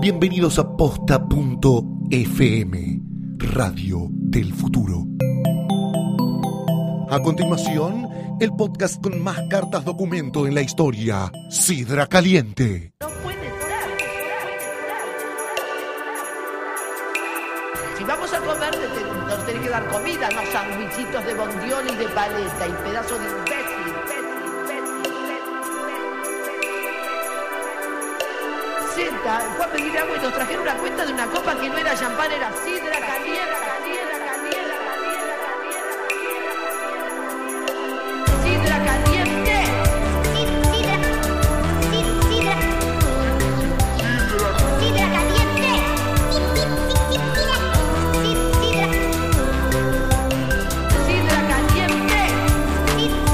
Bienvenidos a posta.fm, Radio del Futuro. A continuación, el podcast con más cartas documento en la historia, Sidra Caliente. No puede ser. Si vamos a comer, te- te- nos tenés que dar comida, no sandwichitos de bondiol y de paleta y pedazo de imbécil. Senta, fue a pedir agua y nos trajeron una cuenta de una copa que no era champán, era sidra caliente, caliente, caliente, caliente, caliente, caliente. Sidra caliente. Sidra caliente,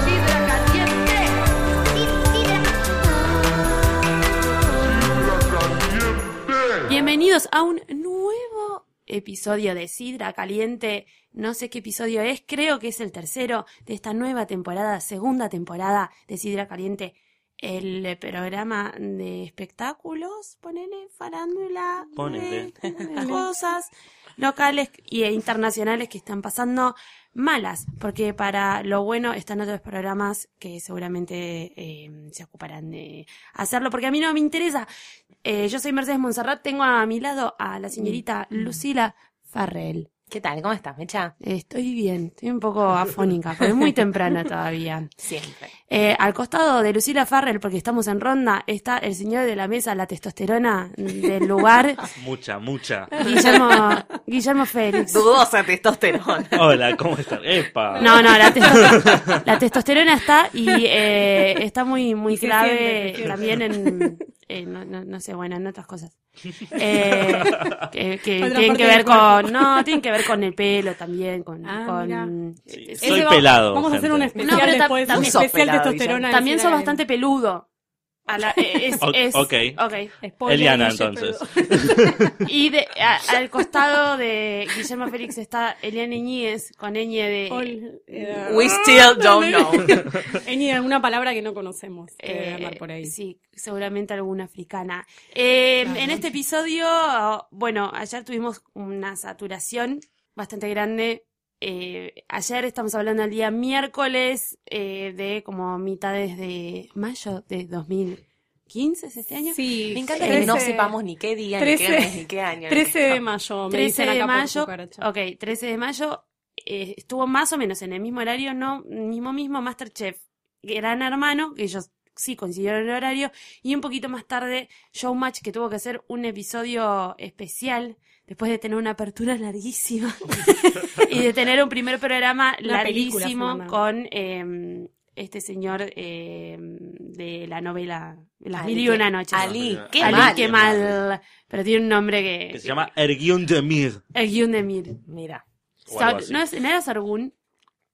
sidra caliente, Bienvenidos a un nuevo episodio de Sidra Caliente. No sé qué episodio es, creo que es el tercero de esta nueva temporada, segunda temporada de Sidra Caliente. El programa de espectáculos, ponele farándula, Ponele. eh, cosas locales e internacionales que están pasando malas, porque para lo bueno están otros programas que seguramente eh, se ocuparán de hacerlo, porque a mí no me interesa. Eh, yo soy Mercedes Monserrat, tengo a mi lado a la señorita Lucila Farrell. ¿Qué tal? ¿Cómo estás, Mecha? Estoy bien, estoy un poco afónica, porque es muy temprano todavía. Siempre. Eh, al costado de Lucila Farrell, porque estamos en ronda, está el señor de la mesa, la testosterona del lugar, Mucha, mucha. Guillermo, Guillermo Félix. Dudosa testosterona. Hola, ¿cómo estás? ¡Epa! No, no, la, testo- la testosterona está y eh, está muy, muy clave también en, eh, no, no- no sé, bueno, en otras cosas. Eh, que, que tienen que ver con, no, tienen que ver con el pelo también, con, Ah, con- mira. Sí, eh, soy Ese va- pelado. Vamos a hacer gente. un No, especial pero ta- después, un también- Sos especial pelado, testosterona. de también sos Sina bastante peludo. A la- eh, es- O- es- ok. ok. Eden. Spoiler, Eliana, Guille, entonces. perdón. Y de- a- al costado de Guillermo Félix está Eliana Iñiguez con ñ de... Ol- eh, We still don't know. Eni, alguna palabra que no conocemos que debe Eh, andar por ahí. Sí, seguramente alguna africana. Eh, En este episodio, bueno, ayer tuvimos una saturación bastante grande. Eh, ayer estamos hablando del día miércoles eh, de como mitades de mayo de 2015, ¿es este año? Sí, Me encanta que trece- no sepamos ni qué día, ni qué trece- mes, ni qué año. 13 de mayo, me 13 dicen de acá por mayo. cucaracha. Ok, 13 de mayo eh, estuvo más o menos en el mismo horario, no mismo mismo Masterchef, Gran Hermano, que ellos sí consiguieron el horario, y un poquito más tarde Showmatch, que tuvo que hacer un episodio especial después de tener una apertura larguísima y de tener un primer programa Una película larguísimo filmada. con eh, este señor eh, de la novela Las Ali, Mil y Una qué- Noches. Ali, qué Ali, mal. qué mal. Pero tiene un nombre Que se llama Ergun Demir. Ergun Demir. Mira. O algo Sar- así. no, es, no era Sargun,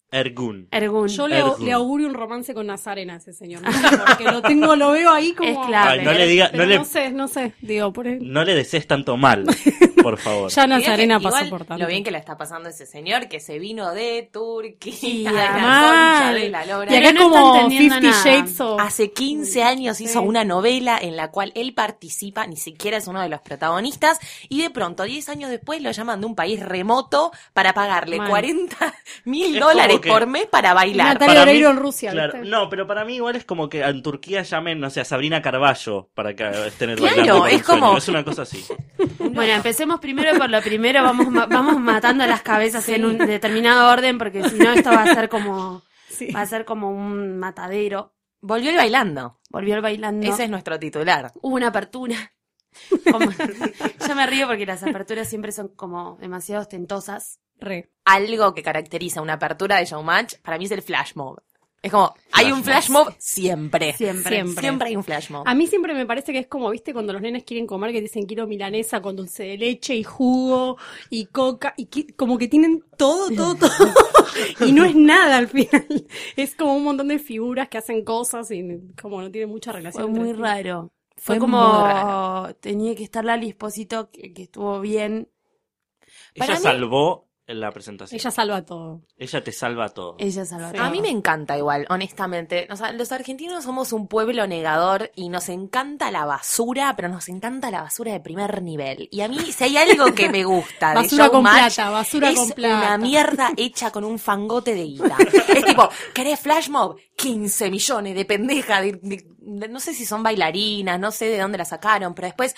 Ergun. Ergun. Yo le, Ergun. le auguro un romance con Nazarena a ese señor. no sé, Porque lo tengo, lo veo ahí como. Es clave. Ay, no le diga- Pero no le- sé, no sé. Digo, por él. No le desees tanto mal, por favor. Ya Nazarena Igual, pasó por tanto. Lo bien que la está pasando ese señor que se vino de Turquía. Sí, la mal. concha de la lora. Y acá Pero no está como entendiendo 50 nada. Shades of. Hace 15 años hizo Sí. una novela en la cual él participa, ni siquiera es uno de los protagonistas, y de pronto, 10 años después, lo llaman de un país remoto para pagarle Mal. 40 mil Es como dólares que- por mes para bailar. Natalia Oreiro en Rusia. claro, ¿viste? no, pero para mí igual es como que en Turquía llamen, no sé, a Sabrina Carballo para que estén el Claro, bailando con es un sueño. como- Es una cosa así. Bueno, empecemos primero por lo primero. Vamos, ma- vamos matando las cabezas en un determinado orden, porque si no, esto va a ser como, Sí. va a ser como un matadero. Volvió el bailando. Volvió el bailando. Ese es nuestro titular. Hubo una apertura. Como- Yo me río porque las aperturas siempre son como demasiado ostentosas. Re. Algo que caracteriza una apertura de Showmatch, para mí es el flash mob. Es como, hay un Flash flash mob siempre. Siempre. Siempre. Siempre hay un flash mob. A mí siempre me parece que es como, viste, cuando los nenes quieren comer, que dicen quiero milanesa con dulce de leche y jugo y coca, y que- como que tienen todo, todo, todo. y no es nada al final. Es como un montón de figuras que hacen cosas y como no tiene mucha relación. Fue muy entre sí. raro. Fue, Fue como muy raro. tenía que estar Lali Espósito, que, que estuvo bien. Ella Para mí- salvó en la presentación. Ella, Ella Eh, salva todo. te salva todo. Ella salva Sí. todo. A mí me encanta igual, honestamente. O sea, los argentinos somos un pueblo negador y nos encanta la basura, pero nos encanta la basura de primer nivel. Y a mí, si hay algo que me gusta de Basura con Showmatch, plata, basura es con plata. una mierda hecha con un fangote de guita. es tipo, ¿querés flash mob? 15 millones de pendeja. de- de- de- no sé si son bailarinas, no sé de dónde la sacaron, pero después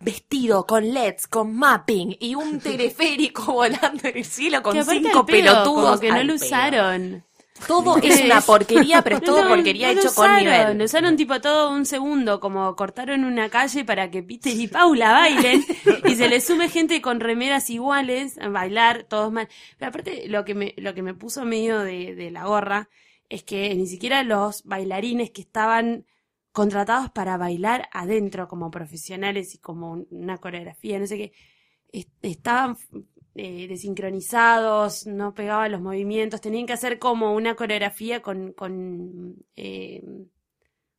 vestido con LEDs, con mapping y un teleférico volando en el cielo con Que aparte cinco al pedo, pelotudos. como que no al lo pedo. usaron. Todo es una porquería, pero es todo No, no, porquería no lo hecho con usaron, nivel. Lo usaron tipo todo un segundo, como cortaron una calle para que Peter y Paula bailen y se les sume gente con remeras iguales a bailar, todos mal. Pero aparte, lo que me, lo que me puso medio de, de la gorra es que ni siquiera los bailarines que estaban contratados para bailar adentro como profesionales y como un- una coreografía, no sé qué, est- estaban eh, desincronizados, no pegaban los movimientos, tenían que hacer como una coreografía con, con eh,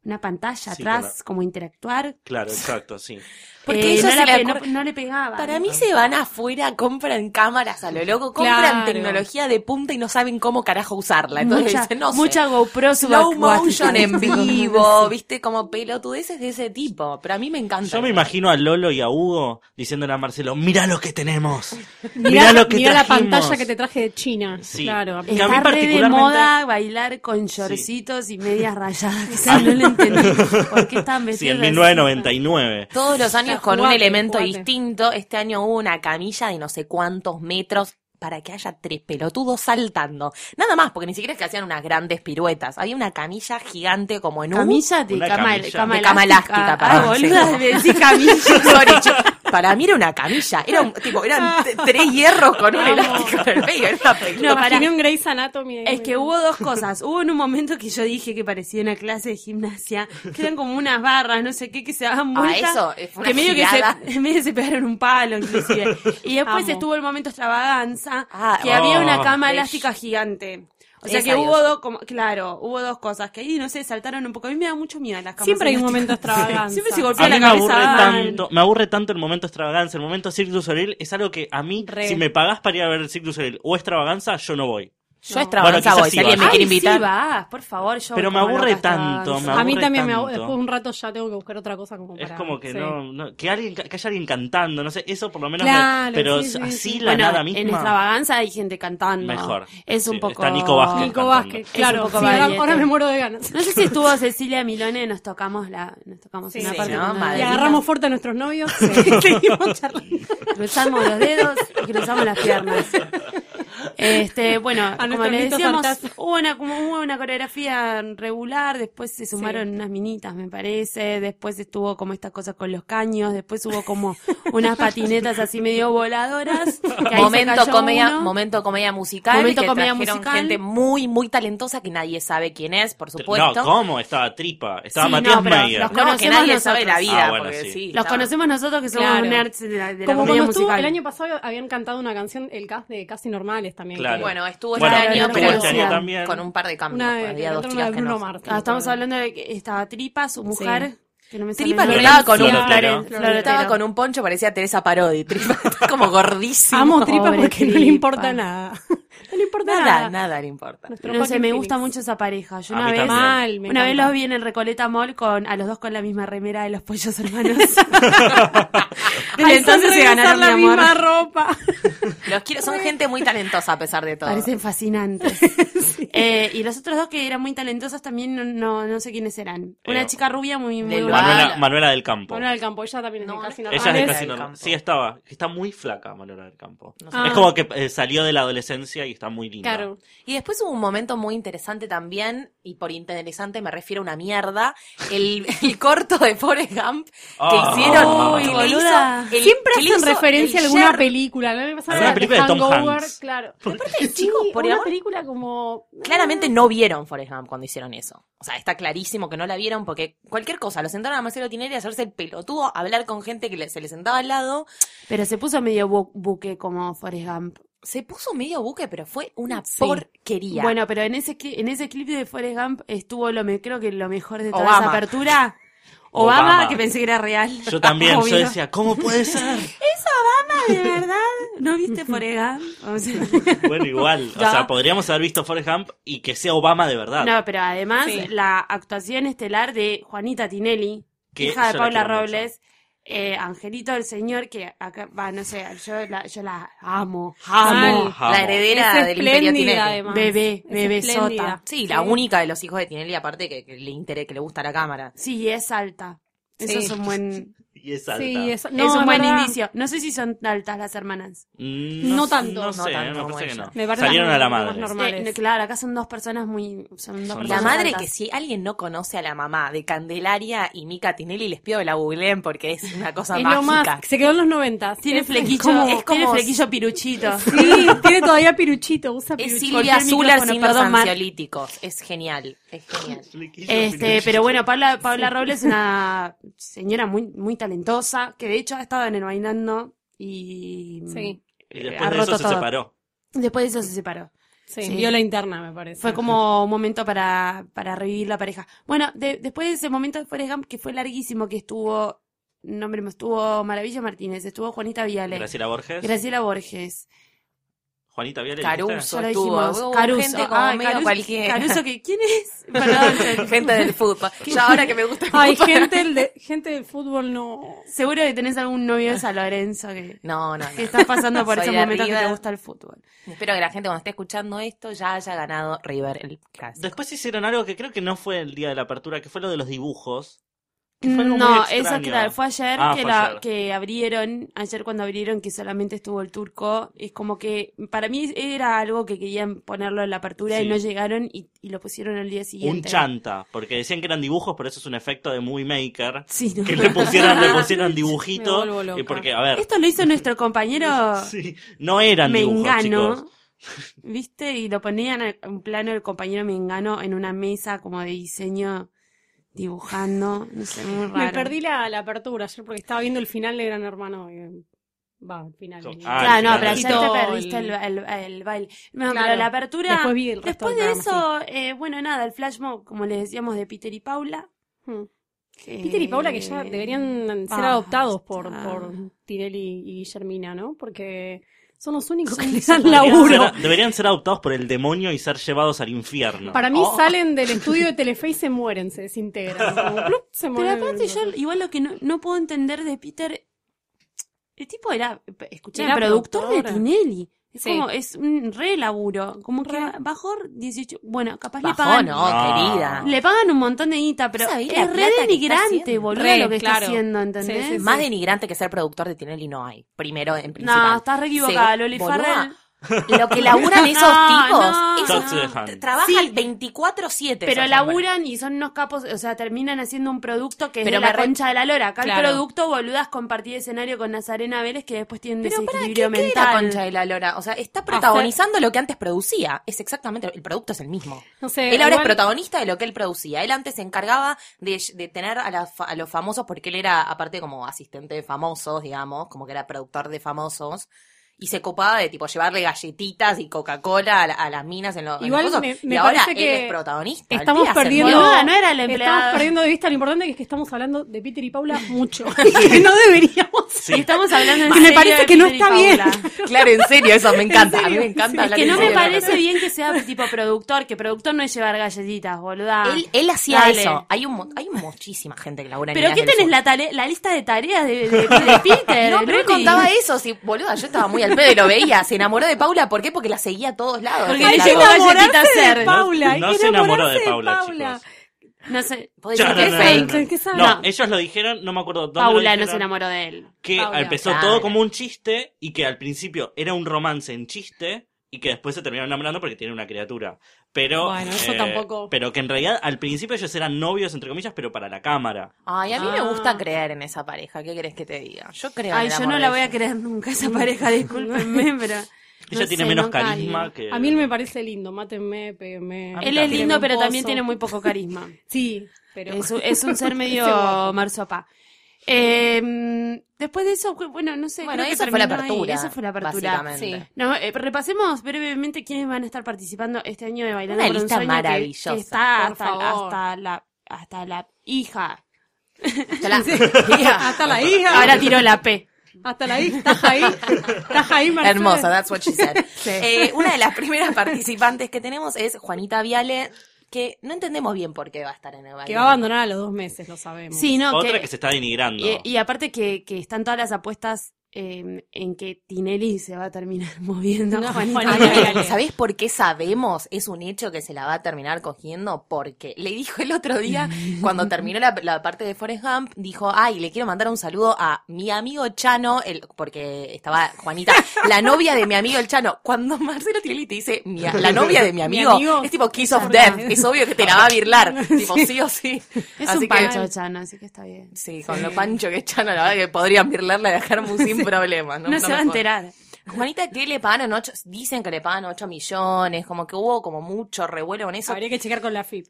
una pantalla Sí, atrás, como interactuar. Claro, exacto, sí. Porque Eh, ellos no, se la le pe- no- ocurre- no le pegaban. Para Ah. mí se van afuera, compran cámaras a lo loco, compran Claro. tecnología de punta y no saben cómo carajo usarla. Entonces mucha, dicen, no sé. mucha GoPro slow subacuática. motion en vivo, viste, como pelotudeces de ese tipo. Pero a mí me encanta. Yo me imagino a Lolo y a Hugo diciéndole a Marcelo, mira lo que tenemos. Mirá, Mirá lo que mirá la trajimos". pantalla que te traje de China. Sí. Claro. Que a mí Está re de particularmente- moda bailar con shortcitos y medias rayadas. que sea, Ah, no lo entendí. ¿Por qué están Sí, vestidos en así? 1999. Todos los años Ya, con un jugate, elemento jugate. distinto. Este año hubo una camilla de no sé cuántos metros para que haya tres pelotudos saltando. Nada más, porque ni siquiera es que hacían unas grandes piruetas. Había una camilla gigante como en un... Camilla de Una cama, camilla. cama De cama elástica, Ah, perdón, boluda, sí. me decís camilla. Sorry, yo- para mí era una camilla, era un- tipo, Ah. eran t- tres hierros con un Amo. elástico en el medio, era una pelota. No, No, pará. un Grey's Anatomy. ahí. Es que uh, hubo dos cosas. Hubo en un momento que yo dije que parecía una clase de gimnasia, que eran como unas barras, no sé qué, que se daban Ah, vuelta. eso, eh, fue una que medio que girada. se, medio que se pegaron un palo, inclusive. Y después Amo. estuvo el momento extravaganza, Ah, que había una oh, cama ves. elástica gigante. O sea Esa que hubo Dios. dos, como, claro, hubo dos cosas que ahí, no sé, saltaron un poco. A mí me da mucho miedo las camas. Siempre hay un momento elásticas. extravaganza. Siempre se golpea A la mí me cabeza. aburre a alguien. tanto, me aburre tanto el momento extravaganza, el momento Cirque du Soleil es algo que a mí, Re. si me pagás para ir a ver Cirque du Soleil o extravaganza, yo no voy. Yo No. extravaganza Bueno, quizás voy, sí si alguien vas. me quiere Ay, sí, invitar. vas, por favor, yo Pero me como aburre loca estaba tanto, me avanzando. aburre A mí también me tanto. abu- después de un rato ya tengo que buscar otra cosa como Es para- como que Oh, sí. no, no- que alguien, que haya alguien cantando, no sé, eso por lo menos, me- Claro, pero sí, sí, así sí. la Bueno, nada En misma. extravaganza hay gente cantando. Mejor. Es un Sí, poco. está Nico Vázquez. Nico Vázquez, Es claro. un poco sí, ahora- variete. ahora me muero de ganas. No sé si estuvo Cecilia Milone, nos tocamos la, nos tocamos Sí, una sí, parte ¿no? cuando- Madre. Y agarramos fuerte a nuestros novios. y Seguimos charlando. cruzamos los dedos y cruzamos las piernas. Este, bueno, como nuestro les Lito decíamos, Sartazo. hubo una, como hubo una coreografía regular, después se sumaron unas minitas, me parece, después estuvo como esta cosa con los caños, después hubo como unas patinetas así medio voladoras. que ahí se Momento cayó comedia, uno. momento comedia musical, Momento que comedia trajeron musical. gente muy, muy talentosa que nadie sabe quién es, por No, supuesto. ¿cómo? Estaba Tripa, estaba Sí, Matías no, pero Mayer. los- No, que Conocemos nadie sabe la nosotros. vida, Ah, bueno, porque sí. sí, Los Los está- conocemos nosotros que somos Claro. nerds de la, de la Como comedia cuando estuvo musical. el año pasado, habían cantado una canción, el cast de Casi Normales también. Claro. Bueno, estuvo Bueno, este año, estuvo pero este año con- también. con un par de cambios. Una de, había dos cantaron una chicas de que Bruno no- Mars. Ah, estamos hablando de que estaba Tripa, su mujer, que no me sale Tripa el que nombre. estaba con un- Florencia, Florotero. Florencia, Flor estaba Florotero. con un poncho, parecía Teresa Parodi. Tripa está como gordísima. Amo tripa Pobre porque no le Tripa. importa nada. No le Ah, importa nada. Nada, nada le importa. Nuestro No sé, Joaquin me Phoenix. gusta mucho esa pareja. Yo A una mí vez, también. Mal, me una vez encanta. los vi en el Recoleta Mall con a los dos con la misma remera de los pollos hermanos. Ay, Desde son entonces se regresar ganaron mi la amor. misma ropa. Los quiero, son gente muy talentosa a pesar de todo. Parecen fascinantes. Eh, y los otros dos que eran muy talentosas también no, no, no sé quiénes eran. Una Eh, chica rubia muy, muy del buena. bar. Manuela, Manuela del Campo. Manuela del Campo, ella también es No, de Casi no. Ella es de Manuela Normales. Casi del Normal. Campo. Sí, estaba. Está muy flaca Manuela del Campo. No sé. Ah. Es como que eh, salió de la adolescencia y está muy linda. Claro. Y después hubo un momento muy interesante también, y por interesante me refiero a una mierda, el, el corto de Forrest Gump que Ah. hicieron. Uy, que le boluda. hizo el- Siempre que le hacen hizo referencia a el alguna Jerry. película. ¿no? Me pasa Alguna la película de Tom Hangover, Hanks. Claro. Sí, chicos, Sí, por una amor- película como... Claramente no vieron Forrest Gump cuando hicieron eso. O sea, está clarísimo que no la vieron porque cualquier cosa, lo sentaron a Marcelo Tinelli a hacerse el pelotudo, a hablar con gente que le- se le sentaba al lado. Pero se puso medio bu- buque como Forrest Gump. Se puso medio buque, pero fue una Sí. porquería. Bueno, pero en ese, cli- en ese clip de Forrest Gump estuvo lo me, creo que lo mejor de toda esa Obama. apertura. Obama, Obama. que pensé que era real. Yo también, yo Obvio. decía, ¿cómo puede ser? ¡Es Obama! de verdad no viste Forega. O sea, Bueno, igual. O Ya. sea, podríamos haber visto Forrest Gump y que sea Obama de verdad. no, pero además Sí. la actuación estelar de Juanita Tinelli, Que hija yo de la Paula quiero Robles, eh, Angelito del Señor, que acá, va, no sé, yo la, yo la amo, amo. Mal. Vamos. La heredera Es del imperio espléndida, Tinelli. además. Bebé, Es bebé espléndida. sota. Sí, la única de los hijos de Tinelli, aparte que, que le intere, que le gusta la cámara. Sí, es alta. Eso Sí. es un buen, Y es alta. Sí, eso- es no, un buen verdad. indicio. No sé si son altas las hermanas. Mm, No tanto. No No sé, tanto me como parece que ella. no. Me parece Salieron más- a la más madre. normal. Eh, Normales. no, claro, acá son dos personas muy. Son dos Son La dos. personas madre altas. que si alguien no conoce a la mamá de Candelaria y Mica Tinelli, les pido que la googleen porque es una cosa Es lo mágica. más. Se quedó en los 90. Tiene Es flequillo, como- es Este, tiene como- flequillo piruchito. Sí, tiene todavía piruchito. Usa Es piruchito. Silvia Golpeé el Zuller micrófono, sin los perdón, Mar. ansiolíticos. Es genial, es genial. Este, pero bueno, Paula, Paula Robles es una señora muy, muy talentosa, que de hecho ha estado en el bailando y Sí, Y eh, después ha de eso roto se todo. separó. Después de eso se separó. sí, Sí. Viola interna, me parece. Fue como un momento para, para revivir la pareja. Bueno, de- después de ese momento de Forrest Gump, que fue larguísimo, que estuvo, no me estuvo Maravilla Martínez, estuvo Juanita Viale, Graciela Borges. Graciela Borges, Juanita Viale. Caruso ya lo estuvo. dijimos, Hubo Caruso, gente como Ah, medio Caruso, cualquiera. Caruso, que ¿quién es? Perdón, gente del fútbol. Yo ahora que me gusta el Ay, fútbol- gente, del de- gente del fútbol no. seguro que tenés algún novio de San Lorenzo que... No, no, que no. estás pasando por Soy esos de momentos que te River. gusta el fútbol. Espero que la gente cuando esté escuchando esto ya haya ganado River el clásico. Después hicieron algo que creo que no fue el día de la apertura, que fue lo de los dibujos. Que fue algo muy No, extraño. eso claro, fue ayer, Ah, que, fue la- ayer. que abrieron, ayer cuando abrieron que solamente estuvo el turco, es como que para mí era algo que querían ponerlo en la apertura Sí. y no llegaron y, y lo pusieron al día Un siguiente. chanta, porque decían que eran dibujos, pero eso es un efecto de Movie Maker. Sí, no. Que le pusieron, le pusieron Me vuelvo dibujito. loca. Y porque, a ver, Esto lo hizo nuestro compañero sí, no eran dibujos, chicos. Mengano, ¿viste? Y lo ponían a- en plano el compañero Mengano en una mesa como de diseño dibujando, no sé, muy raro. Me perdí la, la apertura ayer porque estaba viendo el final de Gran Hermano. eh, Va, el final. Ah, claro, no, claro. pero Sí, ayer te todo perdiste el, el, el baile. No, pero la apertura. Después vi el resto Después del de programa, eso, eh, bueno, nada, el flash mob, como les decíamos, de Peter y Paula. sí. Mm. que- Peter y Paula que ya Eh, deberían ser basta. adoptados por, por Tirelli y Guillermina, ¿no? Porque son los únicos que Son les dan los únicos. laburo. Deberían ser, deberían ser adoptados por el demonio y ser llevados al infierno. Para mí Oh. salen del estudio de Telefe y se mueren, se desintegran. como, ¡plup! se Pero mueren. aparte, yo igual lo que no, no puedo entender de Peter. El tipo era, escuché, Era productor de productor. Tinelli. Es Sí. como, es un re laburo. Como que bajó 18. Bueno, capaz le Bajó, pagan. no, No. querida. Le pagan un montón de guita, pero ¿Sabés la es re plata que está denigrante, haciendo? boludo, Re, lo que está claro. haciendo, ¿entendés? Sí, sí, sí. Más denigrante que ser productor de Tinelli no hay. Primero, en principal. No, estás re equivocada, Sí, Loli boluda. Farrell. Lo que laburan esos No, tipos. no, esos Talk to the hand. t- Trabajan Sí. 24-7. Pero esos hombres. laburan y son unos capos, o sea, terminan haciendo un producto que es Pero de la me re- concha de la lora. Acá Claro. el producto, boludas, compartir escenario con Nazarena Vélez, que después tienen Pero para desequilibrio qué qué era mental. Concha de la Lora. O sea, está protagonizando lo que antes producía. Es exactamente, el producto es el mismo. No sé, Él ahora es Eh, igual- protagonista de lo que él producía. Él antes se encargaba de, de tener a, la fa- a los famosos, porque él era, aparte, como asistente de famosos, digamos, como que era productor de famosos. Y se copaba de tipo llevarle galletitas y Coca-Cola a, la- a las minas en los en Igual los cosos. me- me y ahora parece él que es protagonista. El Estamos pibe hace perdiendo, nuevo. Boluda, no era la empleada. estamos perdiendo de vista lo importante que es que estamos hablando de Peter y Paula mucho. que no deberíamos. Sí. Y estamos hablando en Me serio parece de que no Peter y está bien. Paula. Claro, en serio, eso me encanta. a mí me encanta Es hablar que en no me serio de parece cosas. bien que sea tipo productor, que productor no es llevar galletitas, boluda. Él, él hacía Ah, Dale. eso. Hay, un, mo- hay muchísima gente que labura en Pero Minas ¿qué del tenés Sur. la, tare- la lista de tareas de, de- de Peter? No, pero él Luli? contaba eso, si, boluda, yo estaba muy al pedo y lo veía, se enamoró de Paula, ¿por qué? Porque la seguía a todos lados. Porque Era le la- llegó galletita enamorarse de hacer. Paula, hay No que se enamoró de enamorarse Paula, chicos. No sé. Puede ser que no, fake. no, ¿Qué sabe? No, No. ellos lo dijeron, no me acuerdo dónde lo Paula no dijeron, se enamoró de él. Que Paula. empezó Claro. todo como un chiste y que al principio era un romance en chiste y que después se terminaron enamorando porque tiene una criatura. Pero, Bueno, eso eh, tampoco. Pero que en realidad al principio ellos eran novios, entre comillas, pero para la cámara. Ay, a mí me Ah. gusta creer en esa pareja, ¿qué querés que te diga? Yo creo en Ay, el yo amor no la de voy a ellos. creer nunca esa pareja, discúlpenme, pero. Ella no tiene sé, menos no caigo. carisma que. A mí él me parece lindo, mátenme, péguenme. A mí Él es también. lindo, pero también Pomposo. tiene muy eh, poco carisma. Sí, pero... Es, un- es un ser medio Ese guapo. marsopá. Eh, después de eso, bueno, no sé. Bueno, creo que eso fue la termino ahí. apertura. Esa fue la apertura. básicamente. sí. No, eh, repasemos brevemente quiénes van a estar participando este año de Bailando Una por un lista Sueño, que- que maravillosa, está por hasta, favor. hasta la, hasta la hija. Hasta la- Hasta la hija. Ahora tiró la P. Hasta la I, estás ahí, estás ahí, Mercedes. Hermosa, that's what she said. Sí. Eh, una de las primeras participantes que tenemos es Juanita Viale, que no entendemos bien por qué va a estar en el baile. Que va a abandonar a los dos meses, lo sabemos. Sí, no, Otra que- que... se está denigrando. y, y aparte que, que están todas las apuestas eh, en que Tinelli se va a terminar moviendo. No, Juanita. Ay, Juanita. pero, ¿Sabés por qué sabemos? Es un hecho que se la va a terminar cogiendo porque le dijo el otro día, cuando terminó la, la parte de Forrest Gump, dijo, ay, le quiero mandar un saludo a mi amigo Chano, el, porque estaba Juanita, la novia de mi amigo el Chano. Cuando Marcelo Tinelli te dice, "Mi- la novia de mi amigo, amigo. es tipo Kiss of Death, es obvio que te la va a virlar, tipo sí o sí. Es Así un que- pancho, Chano, así que está bien. Sí, con lo pancho que es Chano, la verdad que podrían virlarla y dejar muy sin problemas. No, No, No se va a me jodas. enterar. Juanita, ¿qué le pagaron? Ocho, dicen que le pagan 8 millones, como que hubo como mucho revuelo en eso. Habría que checar con la FIP.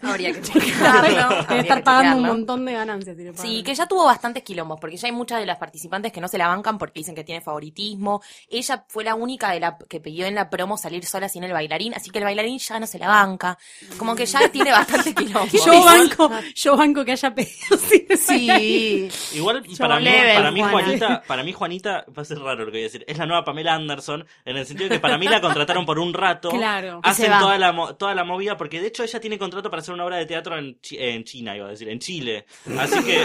Habría que Debe checarlo. habría estar que pagando un chequearlo. montón de ganancias. tiene Sí, pagando. que ya tuvo bastantes quilombos, porque ya hay muchas de las participantes que no se la bancan porque dicen que tiene favoritismo. Ella fue la única de la que pidió en la promo salir sola sin el bailarín, así que el bailarín ya no se la banca. Como que ya tiene bastantes quilombos. Yo banco, yo banco que haya pedido sin Sí. Igual para mí, level, para mí Juana. Juanita, para mí Juanita va a ser raro lo que voy a decir. Es la nueva Pamela Anderson en el sentido de que para mí la contrataron por un rato. Claro. Y se Hacen va. toda la mo- toda la movida porque de hecho ella tiene contrato para hacer una obra de teatro en, Chi- en China, iba a decir, en Chile. Así que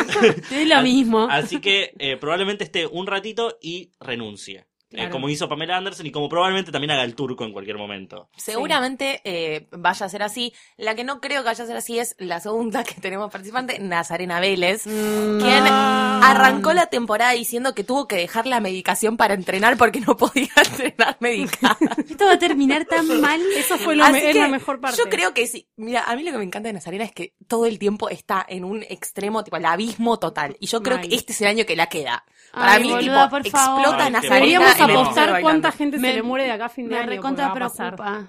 Es lo mismo. Así que eh, probablemente esté un ratito y renuncie. Eh, Claro. como hizo Pamela Anderson y como probablemente también haga el turco en cualquier momento. Seguramente eh, vaya a ser así. La que no creo que vaya a ser así es la segunda que tenemos participante, Nazarena Vélez, Mm. quien Ah. arrancó la temporada diciendo que tuvo que dejar la medicación para entrenar porque no podía entrenar medicada. Esto va a terminar tan mal. Eso fue lo Así me- es que la mejor parte. Yo creo que sí. Mira, a mí lo que me encanta de Nazarena es que todo el tiempo está en un extremo, tipo el abismo total. Y yo creo Mal. que este es el año que la queda. Para Ay, mí, boluda, tipo, por favor. explota Ay, qué Nazarena. Deberíamos en el Bailando. apostar bailando. cuánta gente se Me- le muere de acá a fin de Me año. recontra porque va a pasar. preocupa.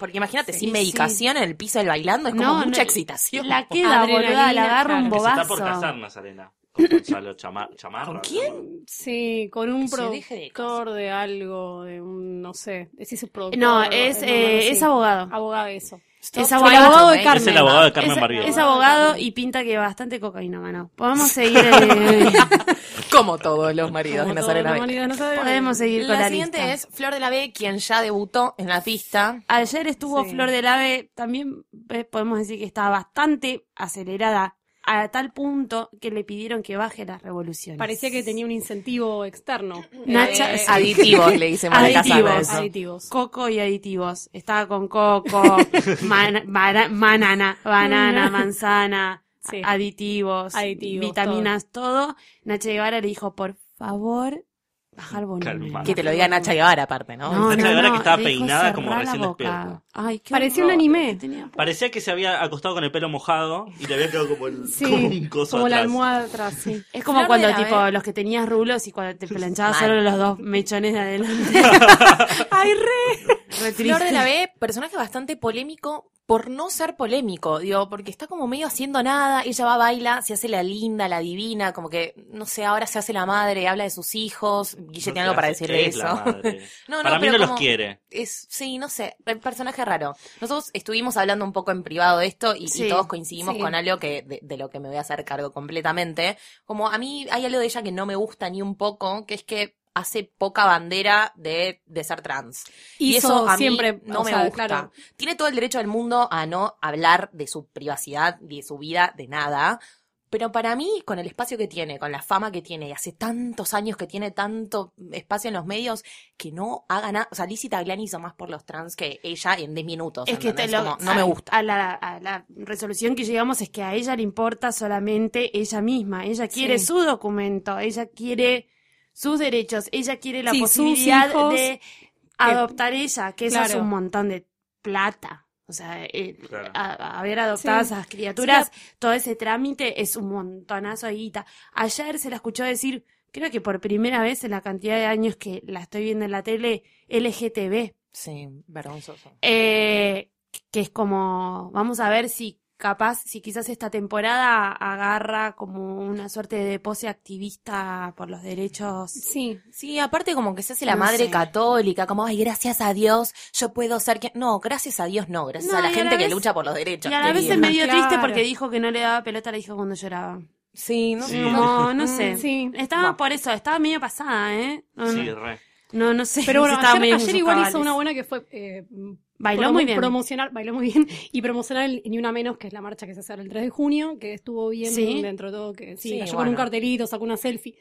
Porque imagínate, Sí, sin sí. medicación en el piso del bailando es como No, mucha no, excitación. La queda, Adrenalina, boluda, la agarra un claro. Que se está por bobazo. casar Nazarena. Con Gonzalo Chama- Chamarra. ¿Con ¿no? quién? Sí, con un Que se deje de productor de algo, de un, no sé. Ese es su productor. No, es, algo eh, así. es abogado. Abogado de eso. Es Stop abogado- Flash, abogado de ¿eh? Carmen. Es el abogado de Carmen Es, Barbieri. es abogado y pinta que bastante cocaína ganó. Podemos seguir, eh, Como todos los maridos Como de todo, Nazarena la Vélez. humanidad no sabe. podemos seguir con La la siguiente lista. es Flor de la B, quien ya debutó en la pista. Ayer estuvo Sí. Flor del Ave, también eh, podemos decir que estaba bastante acelerada, a tal punto que le pidieron que baje las revoluciones. Parecía que tenía un incentivo externo. Nacha- Eh, sí. Aditivos, le dice María Aditivos. Casado. eso. aditivos. Coco y aditivos. Estaba con coco, man- bara- banana, banana, manzana, Sí. aditivos, Aditivos, vitaminas, todo. Nacha Guevara le dijo, por favor, bajar volumen. Calma. Que te lo diga Nacha Guevara, aparte, ¿no? No, Nacha no, Guevara no, que estaba le dijo, peinada como "Cerrá la recién boca". despierta. Ay, qué Parecía un horror, anime. tenía- Parecía que se había acostado con el pelo mojado y le había quedado como, el- Sí, como un coso como la atrás. almohada atrás, sí. Es como Flor de cuando la tipo Ave. los que tenías rulos y cuando te planchabas Mal. solo los dos mechones de adelante. ¡Ay, re! Re triste. Flor de la B, personaje bastante polémico por no ser polémico, digo, porque está como medio haciendo nada, ella va, baila, se hace la linda, la divina, como que, no sé, ahora se hace la madre, habla de sus hijos, Guille No tiene sé, algo para hace- decirle es eso. la madre. No, no, para mí pero no los como- quiere. Es, sí, no sé, el personaje raro. Nosotros estuvimos hablando un poco en privado de esto y, y Sí, todos coincidimos sí. con algo que de, de lo que me voy a hacer cargo completamente. Como a mí hay algo de ella que no me gusta ni un poco, que es que hace poca bandera de, de ser trans. Y, eso a mí siempre no o me sea, gusta. claro. Tiene todo el derecho del mundo a no hablar de su privacidad, de su vida, de nada. Pero para mí, con el espacio que tiene, con la fama que tiene, y hace tantos años que tiene tanto espacio en los medios, que no haga nada. O sea, Lizzie Tagliani hizo más por los trans que ella en 10 minutos. Es que te ¿entendés? lo- Como, no me a- gusta. A la, a la resolución que llegamos es que a ella le importa solamente ella misma. Ella quiere Sí. su documento, ella quiere sus derechos, ella quiere la Sí, sus posibilidad hijos de adoptar ella, que eso es Claro. un montón de plata. O sea, eh, Claro. a- haber adoptado Sí. a esas criaturas, todo ese trámite es un montonazo de guita. Ayer se la escuchó decir, creo que por primera vez en la cantidad de años que la estoy viendo en la tele, LGTB. Sí, vergonzoso. Eh, que es como, vamos a ver si capaz, si quizás esta temporada agarra como una suerte de pose activista por los derechos. Sí, Sí, aparte como que se hace la No madre sé. católica, como, ay, gracias a Dios, yo puedo ser que... No, gracias a Dios no, gracias No, a la y a gente la que vez- lucha por los derechos. Y a la vez querida. se me dio Claro. triste porque dijo que no le daba pelota, le dijo cuando lloraba. Sí, no, Sí. no- Como, no sé. Mm, sí. Estaba Bueno. por eso, estaba medio pasada, ¿eh? No, Sí, no, re. no, no sé. Pero bueno, Estaba ayer, medio en ayer sus igual hizo cabales. una buena que fue eh, Bailó promo- muy bien. promocionar, bailó muy bien y promocionar el Ni Una Menos, que es la marcha que se hace el 3 de junio, que estuvo bien Sí. dentro de todo, que sí, Sí, cayó con bueno. un cartelito, sacó una selfie.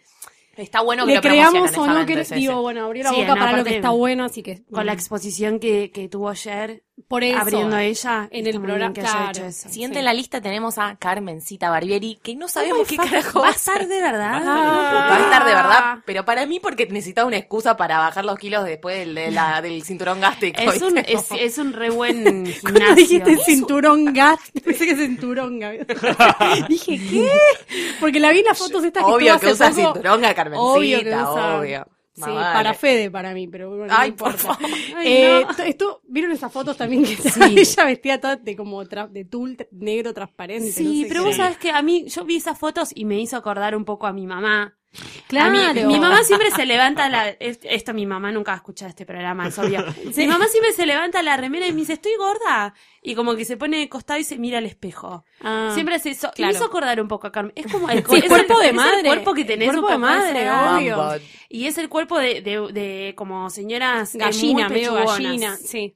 Está bueno que Le lo creamos promocionen, o no, exactamente, que sí, digo, sí. bueno, abrió la Sí, boca no, para lo que aparte- está bueno, así que Con la mm, exposición que, que tuvo ayer, por eso. abriendo ella. está En el muy programa, bien que haya claro. hecho eso. Siguiente Sí. en la lista tenemos a Carmencita Barbieri, que no Oh my sabemos qué fuck, carajo ¿Va va a estar de verdad? Va a estar de No, Va a estar de verdad, ah. pero para mí porque necesitaba una excusa para bajar los kilos después del, de la- del cinturón gástrico. Es un, ¿viste? es, es un re buen Cuando gimnasio. dijiste cinturonga, pensé que cinturonga. Dije, ¿qué? Porque la vi en las fotos estas que obvio estuvo que hace usa poco. cinturón a Carmencita, Obvio obvio. que usa. Sí, Más vale. para Fede, para mí, pero bueno, no Ay, por importa. favor. Ay, Eh, no. t- esto- ¿Vieron esas fotos también que estaba ella vestía toda de como tra- de tul tra- negro transparente? no Sí, sé pero qué. vos Sí. sabés que a mí, yo vi esas fotos y me hizo acordar un poco a mi mamá. A mí- Claro. mi mamá siempre se levanta la. est- Esto mi mamá nunca ha escuchado este programa, es obvio. Mi mamá siempre se levanta la remera y me dice, estoy gorda. Y como que se pone de costado y se mira al espejo. Ah. Siempre hace eso. Y claro. me hizo acordar un poco a Carmen. Es como el, Sí, es el- cuerpo de es el madre. cuerpo que tenés Cuerpo un de poco a esa madre, edad. obvio. Mambo. Y es el cuerpo de, de, de como señoras eh, gallina, muy medio pechugonas. gallina, sí.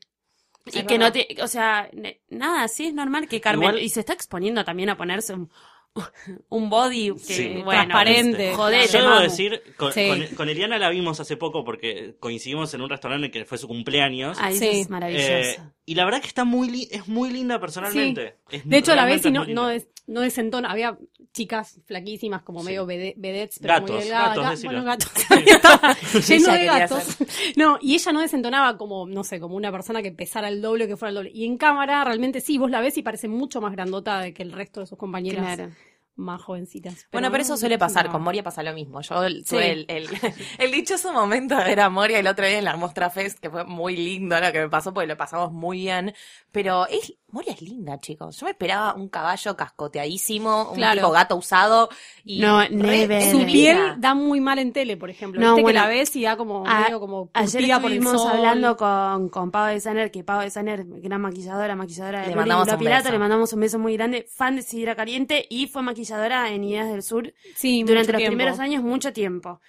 Y Es que verdad. no te, o sea, ne- nada, sí es normal que Carmen, Igual- y se está exponiendo también a ponerse un, un body que, Sí, bueno, este, transparente. jodete, Yo debo mamu. decir, con, Sí. con- con Eliana la vimos hace poco porque coincidimos en un restaurante que fue su cumpleaños. Ay, eso Sí. es maravilloso. Eh, y la verdad que está muy li- es muy linda personalmente. Es De hecho, la ves realmente y es no, muy linda. no, des- no desentona. Había chicas flaquísimas, como Sí. medio vede- vedettes, pero Gatos, muy delgadas. gatos, Ga- decilo. bueno, gatos. Estaba lleno Ella de quería gatos. No, y ella no desentonaba como, no sé, como una persona que pesara el doble o que fuera el doble. Y en cámara, realmente sí, vos la ves y parece mucho más grandota de que el resto de sus compañeras Claro. más jovencitas. Bueno, pero eso suele pasar, con Moria pasa lo mismo. Yo el- tuve el, el, el dichoso momento de ver a Moria el otro día en la Mostra Fest, que fue muy lindo lo que me pasó, porque lo pasamos muy bien. Pero es, Moria es linda, chicos. Yo me esperaba un caballo cascoteadísimo, un Claro. tipo gato usado. Y No, re- never. es Su divina. piel da muy mal en tele, por ejemplo. No, Viste bueno. que la ves y da como, A- medio como Ayer curtida por el estuvimos sol. hablando con, con Pau de Saner, que Pau de Saner, gran maquilladora, maquilladora de Le Luli mandamos Lula un Pilato, beso. le mandamos un beso muy grande, fan de Sidra Caliente y fue maquilladora en Ideas del Sur Sí, durante mucho los tiempo. primeros años mucho tiempo.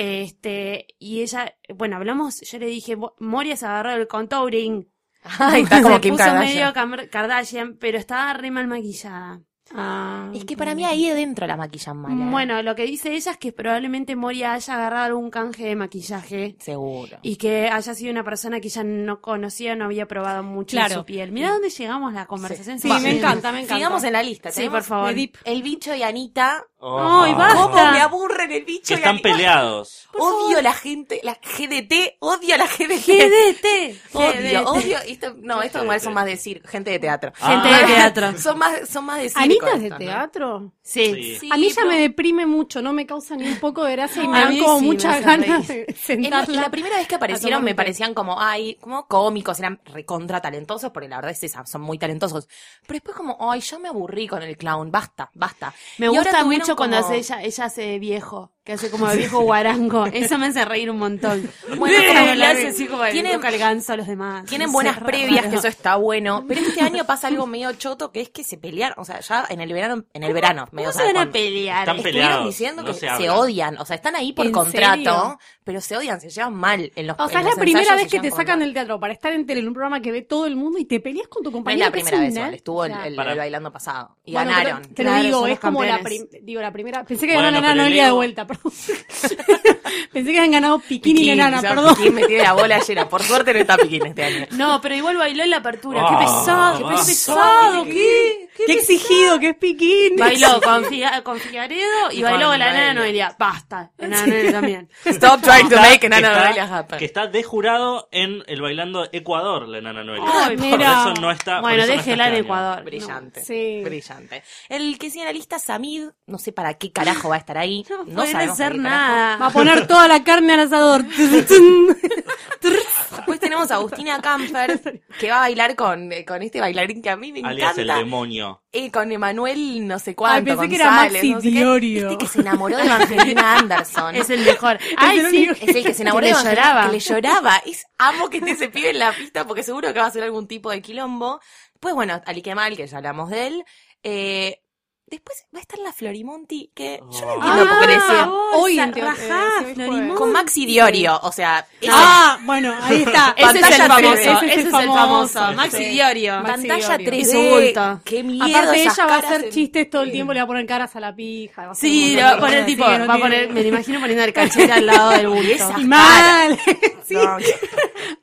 Este, y ella, bueno, hablamos, yo le dije, "Bo- Moria se agarró el contouring, Ay, está como se Kim puso Kardashian. medio Cam- Kardashian, pero estaba re mal maquillada. Ah, Es que para mí ahí adentro la maquillan mal. ¿eh? Bueno, lo que dice ella es que probablemente Moria haya agarrado algún canje de maquillaje Seguro. y que haya sido una persona que ella no conocía, no había probado mucho en Claro. su piel. Mirá dónde llegamos la conversación. Sí, se me llena. encanta, me encanta. Sigamos en la lista. Sí, Tenemos por favor. de Deep. El bicho y Anita. Oh. Ay, basta. ¿Cómo me aburren el bicho Que y están Anita? peleados. Odio la gente, la GDT, odio la GDT. GDT. Odio, GDT. odio. Esto, no, esto igual son más de decir, gente de teatro. Gente Ah. de teatro. Son más, son más de circo ¿Anita es de estas, ¿no? teatro? Sí. Sí, A mí ya pero- me deprime mucho, no me causa ni un poco de gracia y me A dan mí como sí, muchas me hace ganas de En la, sentarla. la primera vez que aparecieron tomar me un té. parecían como, ay, como cómicos, eran recontra talentosos, porque la verdad es esa, son muy talentosos. Pero después como, ay, ya me aburrí con el clown, basta, basta. Me Y ahora gusta tuvieron mucho cuando como- hace ella, ella hace de viejo, que hace como de viejo guarango. Eso me hace reír un montón. Bueno, Como pero que le hace así como Tienen- le toca el ganso a los demás. Tienen No buenas sé, previas, raro. que eso está bueno. Pero este año pasa algo medio choto, que es que se pelearon. O sea, ya en el verano, en el verano, medio ¿Cómo se van a cuándo. pelear? Están Estuvieron peleados, diciendo no que se se, hablan. odian. O sea, están ahí por ¿En contrato, serio? pero se odian, se llevan mal en los o sea, en es la los primera ensayos vez se que llevan te como sacan mal. del teatro para estar en tele en un programa que ve todo el mundo y te peleas con tu No es compañero. la primera vez, igual, estuvo el, Claro. el- el Para- bailando pasado. Y Bueno, pero ganaron. te lo Claro, digo, son es los como la, campeones. prim- digo, la primera. Pensé que Bueno, habían ganado pero no el día de Leo- vuelta, perdón. Pensé que habían ganado Piquini y Piquín, Enana, ya, perdón. Piquín me tiene la bola llena. Por suerte no está Piquín este año. No, pero igual bailó en la apertura. Ah, qué pesado, qué basta. pesado, qué. Qué, exigido que es Piquini. Bailó con, Figa- con Figaredo y Y bailó con con la nana Noelia. Noelia. Basta, la nana Noelia también. Stop trying to make an está- Anna happen. que está de jurado en el bailando Ecuador, la enana Noelia. Ay, Por mira. eso no está. por Bueno, eso no está déjela en este año. Ecuador. Brillante. Sí. Brillante. El que sigue en la lista, Samid, no sé para qué carajo va a estar ahí. No, No, no puede sabemos para ser qué carajo. Va a nada. poner toda la carne al asador. Después tenemos a Agustina Camper, que va a bailar con, eh, con este bailarín que a mí me Alias el encanta. demonio. eh, con Emanuel no sé cuánto. Ay, pensé que era González, Maxi no sé qué. Diorio. Este que se enamoró de Evangelina Anderson. Es el mejor. Ay, el sí. único Es el que se enamoró Que de le Evangelina, lloraba. Que le lloraba. Es, amo que esté ese pibe en la pista porque seguro que va a hacer algún tipo de quilombo. Después, bueno, Ali Kemal, que ya hablamos de él. Eh, Después va a estar la Florimonti, que yo no Oh. entiendo por qué decía. hoy bolsa, en teo- rajá, eh, se ve Florimón. jueves. Con Maxi Diorio, o sea, ese- Ah, bueno, ahí está. Ese es el famoso, tres, ese es el famoso, Maxi Sí. Diorio. Maxi pantalla Diorio. 3D. Ese bulto. Qué miedo Aparte esas ella va a caras hacer en- chistes todo el tiempo, le va a poner caras a la pija. va a hacer un Sí, le montón de va a cosas, poner así tipo, que no va a tiene- poner, me lo imagino poniendo el cachete al lado del bulto. Y mal. sí.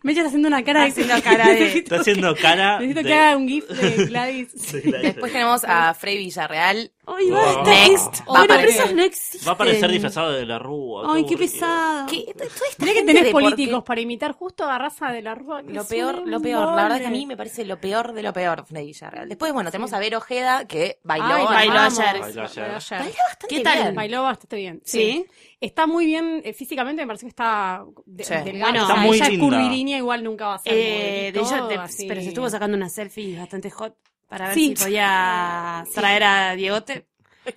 Me está haciendo una cara de- Haciendo cara de- Necesito- Está haciendo cara. Necesito de- que haga un gif de Gladys. Sí, la- Después tenemos a Frey Villarreal. Ay, Wow. basta. Next. Bueno, Va a Oh, pero esas aparecer. no existen. Va a aparecer disfrazado de la rúa. Ay, qué aburrido. pesado. ¿Qué? Toda esta Mirá que gente de tenés por qué- políticos para imitar justo a raza de la Rúa. Lo Es peor, un lo peor. La verdad que a embole. mí me parece lo peor de lo peor, Frey Villarreal. Después, bueno, tenemos a Vero Ojeda, que Ay, bailó. la bailó amo. ayer. Bailó ayer. Bailó ayer. Baila bastante ¿Qué tal? bien. Bailó bastante bien. Sí. Está muy bien eh, físicamente, me parece que está de- Sí. delgada. Bueno, O sea, Está muy ella linda. es curvilínea, igual nunca va a ser. Eh, de modelito, ella, de- así. pero se estuvo sacando una selfie bastante hot para ver Sí. si podía Sí. traer a Diegote.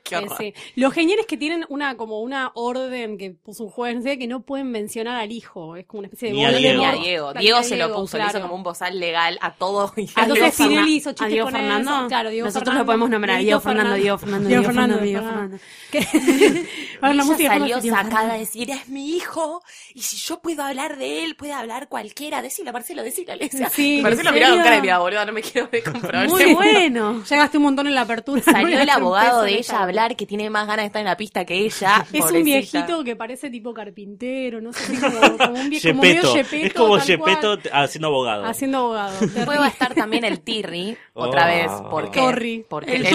Qué horror. Eh, sí. Lo genial es que tienen una como una orden que puso un juez no sé, que no pueden mencionar al hijo. Es como una especie de Ni a Voldemort. Ni a Diego. Diego. Ni a Diego se lo Diego, puso, le claro. Ah, hizo como un bozal legal a todo. y a Entonces Diego Fidel Fernández. hizo ¿A chistes Diego con Fernando? eso. Claro, Diego Nosotros Fernando, lo podemos nombrar a Dieguito Diego Fernando, Diego Fernando, Diego Fernando, Diego Fernando. Que- Ahora la Ella música salió de fondo es Diego sacada a Fernando. decir, es mi hijo, y si yo puedo hablar de él, puede hablar cualquiera. Decilo, Marcelo, decilo, Alesia. Sí, ¿en Marcelo miraba con serio? cara de mira, boludo, no me quiero ver con problemas". Muy bueno. Ya gasté un montón en la apertura. no voy Salió a el hacer un abogado peso de en ella esta. a hablar que tiene más ganas de estar en la pista que ella. Es un pobrecita. viejito que parece tipo carpintero, no sé, como, como un viejo, como medio Gepetto. Gepetto, Es como tal Gepetto cual, t- haciendo abogado. haciendo abogado. Después va a estar también el Tirri, otra Oh. vez. ¿Por qué? Torri. Porque El el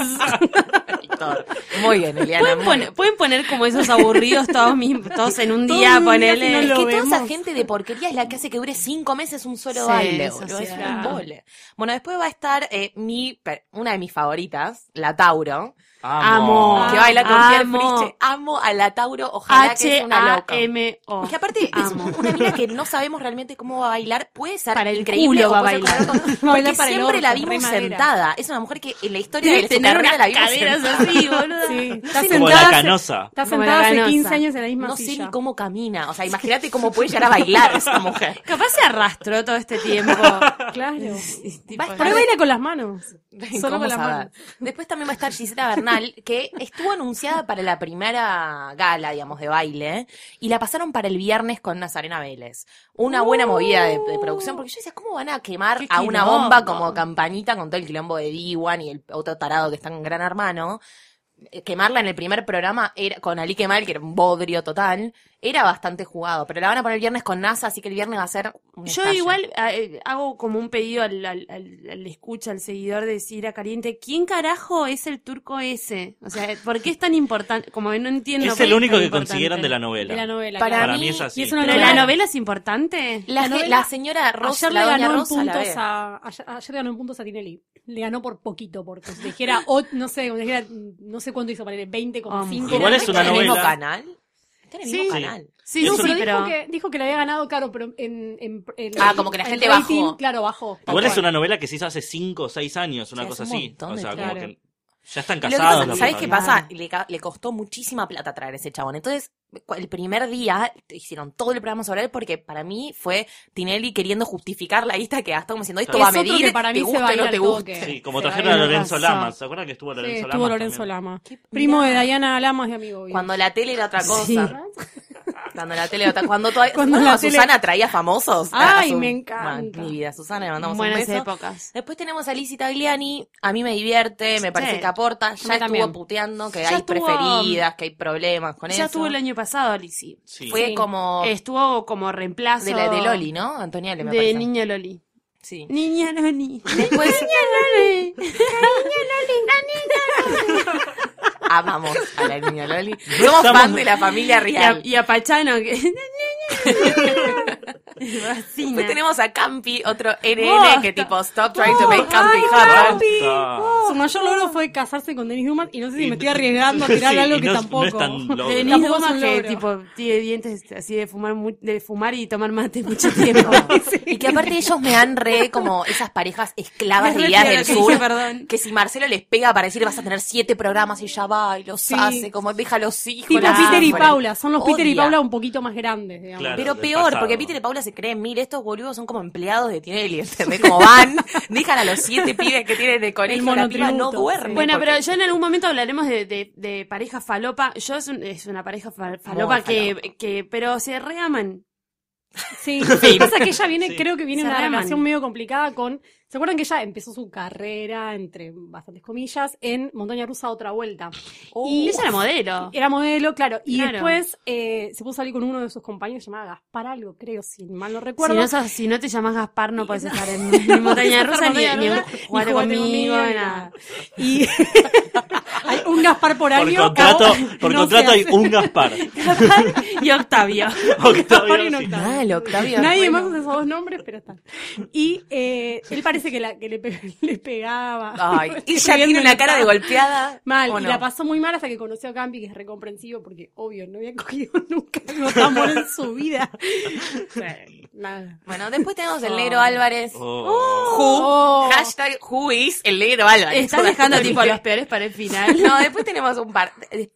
Tor. Muy bien, Eliana. ¿Pueden, muy pon- bien. pueden poner como esos aburridos todos, mis- todos en un Todos día, en un día ponele. si Es no que lo toda esa vemos. gente de porquería es la que hace que dure cinco meses un solo Sí, baile, eso boludo. sí, Es un claro. embole. Bueno, después va a estar eh, mi, per- una de mis favoritas, la Tauro, Amo. Amo. que baila con Pierre Ah, amo. Friche. Amo a la Tauro, ojalá que es una loca. H-A-M-O. Que aparte es Amo. una mina que no sabemos realmente cómo va a bailar, puede ser Para el increíble culo o va a puede ser bailar. como- porque Va a bailar para el siempre orto, la re vimos madera. sentada. Es una mujer que en la historia Debe de su tener carrera unas la vimos caderas sentada. así, boludo. Sí, Como está la sentada, hace- canosa. está Como la sentada hace canosa. 15 años en la misma No sé silla. ni cómo camina. O sea, imagínate cómo puede llegar a bailar esa mujer. Capaz se arrastró todo este tiempo. Claro. Y tipo, Va a Por ahí baila con las manos. Solo ¿Cómo con las saber? manos. Después también va a estar Gisela Bernal, que estuvo anunciada para la primera gala, digamos, de baile, y la pasaron para el viernes con Nazarena Vélez. Una buena movida de, de producción, porque yo decía, ¿cómo van a quemar Qué a una quilombo. bomba como campanita con todo el quilombo de Diwan y el otro tarado que está en Gran Hermano? Eh, Quemarla en el primer programa era, con Ali Kemal, que era un bodrio total, era bastante jugado, pero la van a poner el viernes con NASA, así que el viernes va a ser un Yo estalle. igual eh, hago como un pedido al, al, al- al escucha, al seguidor de Sira Caliente. ¿Quién carajo es el turco ese? O sea, ¿por qué es tan importante? Como que no entiendo. Es por el qué único tan que importante. consiguieron de la novela. De la novela. Para claro. Para mí mí- es así. y es una ¿Pero la Claro. novela es importante? La, La ge- novela- la señora Rosa, ayer le la doña ganó en Rosa, la puntos ve. a, ayer, ayer le ganó en puntos a Tinelli. Le ganó por poquito, porque si dijera, o- no sé, como dijera, no sé cuánto hizo, ponerle 20,5. Ah, Igual es una ¿Está en el mismo novela. canal? ¿Está en el mismo Sí. canal? Sí, No, Es sí, pero, pero... dijo, que, dijo que le había ganado, claro, pero en. en- en- Ah, como que la en gente rating, bajó. Claro, bajó. Igual Tal es cual. una novela que se hizo hace 5 o 6 años, una Sí, cosa hace un así. montón O de sea, como tiempo. que ya están Lo que casados. pasa- la ¿Sabés qué puta pasa? Le, ca- le costó muchísima plata traer ese chabón. Entonces, cu- el primer día hicieron todo el programa sobre él porque para mí fue Tinelli queriendo justificar la guita que gastó, como diciendo, esto Es va a otro que medir, para te mí se gusta o baila no al te toque. gusta. Sí, Sí, como Se trajeron a baila. Lorenzo Razón. Lamas. ¿Se acuerdan que estuvo Sí, Lorenzo Lamas? estuvo Lorenzo también? Lamas. Qué Primo de pirada. Dayana Lamas y amigo. obvio. Cuando la tele era otra cosa. Sí. Cuando la tele era otra Cuando todavía. Cuando Cuando la tele- Susana traía famosos. a- a Ay, su- me encanta. Ah, Mi vida, Susana, le mandamos un Buenas beso. épocas. Después tenemos a Lizzie Tagliani, a mí me divierte, me parece Sí. que aporta, ya mí estuvo también. puteando que Ya hay estuvo, preferidas, que hay problemas con Ya eso. estuvo el año pasado, Lizzy. Sí. Fue Sí. Oh. como Estuvo como reemplazo... de, la, de Loli, ¿no? Antonia le me De parece. Niña Loli. Sí. Niña Loli. Después amamos a la niña Loli. Somos Estamos- fan de la familia Y a, real. y a Pachano que... Me Después fascina. tenemos a Campi, otro NN que Basta. tipo stop trying to make Campi Ay, happen. Campi. Basta. Su mayor logro fue casarse con Dennis Dumas y no sé si Y- me estoy arriesgando a tirar Sí, algo y que no- tampoco. No es tan logro. De Denis Tampoco es Dumas un que logro. tipo tiene dientes este, así de fumar mu- de fumar y tomar mate mucho tiempo. Y que aparte ellos me dan re como esas parejas esclavas Es de re Ideas feo del lo que Sur. dije, perdón. Que si Marcelo les pega para decir vas a tener siete programas y ya va y los Sí. hace, como deja a los hijos. Tipo los Peter y hijos. Paula, son los Peter y Odia. Paula un poquito más grandes, digamos. Claro. Pero del peor, pasado. porque Peter y Paula se se creen, mire, estos boludos son como empleados de Tinelli, ¿entendés? Como van, dejan a los siete pibes que tienen de colegio, la piba no monotributo, duerme. Bueno, porque- pero yo en algún momento hablaremos de, de- de pareja falopa. Yo es, un- es una pareja fa- falopa Muy que, que, pero se reaman. Sí, lo que pasa es que ella viene, Sí. creo que viene Se una reman. relación medio complicada con. ¿Se acuerdan que ella empezó su carrera, entre bastantes comillas, en Montaña Rusa otra vuelta? Y Y ella era modelo. era modelo, claro. Y Oh. Claro. después eh, se puso a salir con uno de sus compañeros llamado Gaspar Algo, creo, si mal no Si recuerdo. no, sos- si no te llamas Gaspar, no puedes estar en, ni en montaña No, rusa ni, Montaña ni en Rusa, jugar Jugate conmigo. ni nada. nada. Y hay un Gaspar por Por año. contrato, cabo, por no contrato se hay hace. un Gaspar. Y Octavio. Gaspar y Octavio, sí. un Octavio. Mal, Octavio. Nadie bueno. más usa esos dos nombres, pero están. Y eh, él parece que, la, que le, pe- le pegaba. Ay, ella tiene una cara de golpeada. Mal, ¿o y no? la pasó muy mal hasta que conoció a Campi, que es recomprensivo, porque obvio, no había cogido nunca algo tan bueno en su vida. O sea, nada. Bueno, después tenemos el negro Álvarez. Oh. Who, Oh. hashtag who is el negro Álvarez. Estás dejando tipo a los peores para el final. No, después tenemos un par.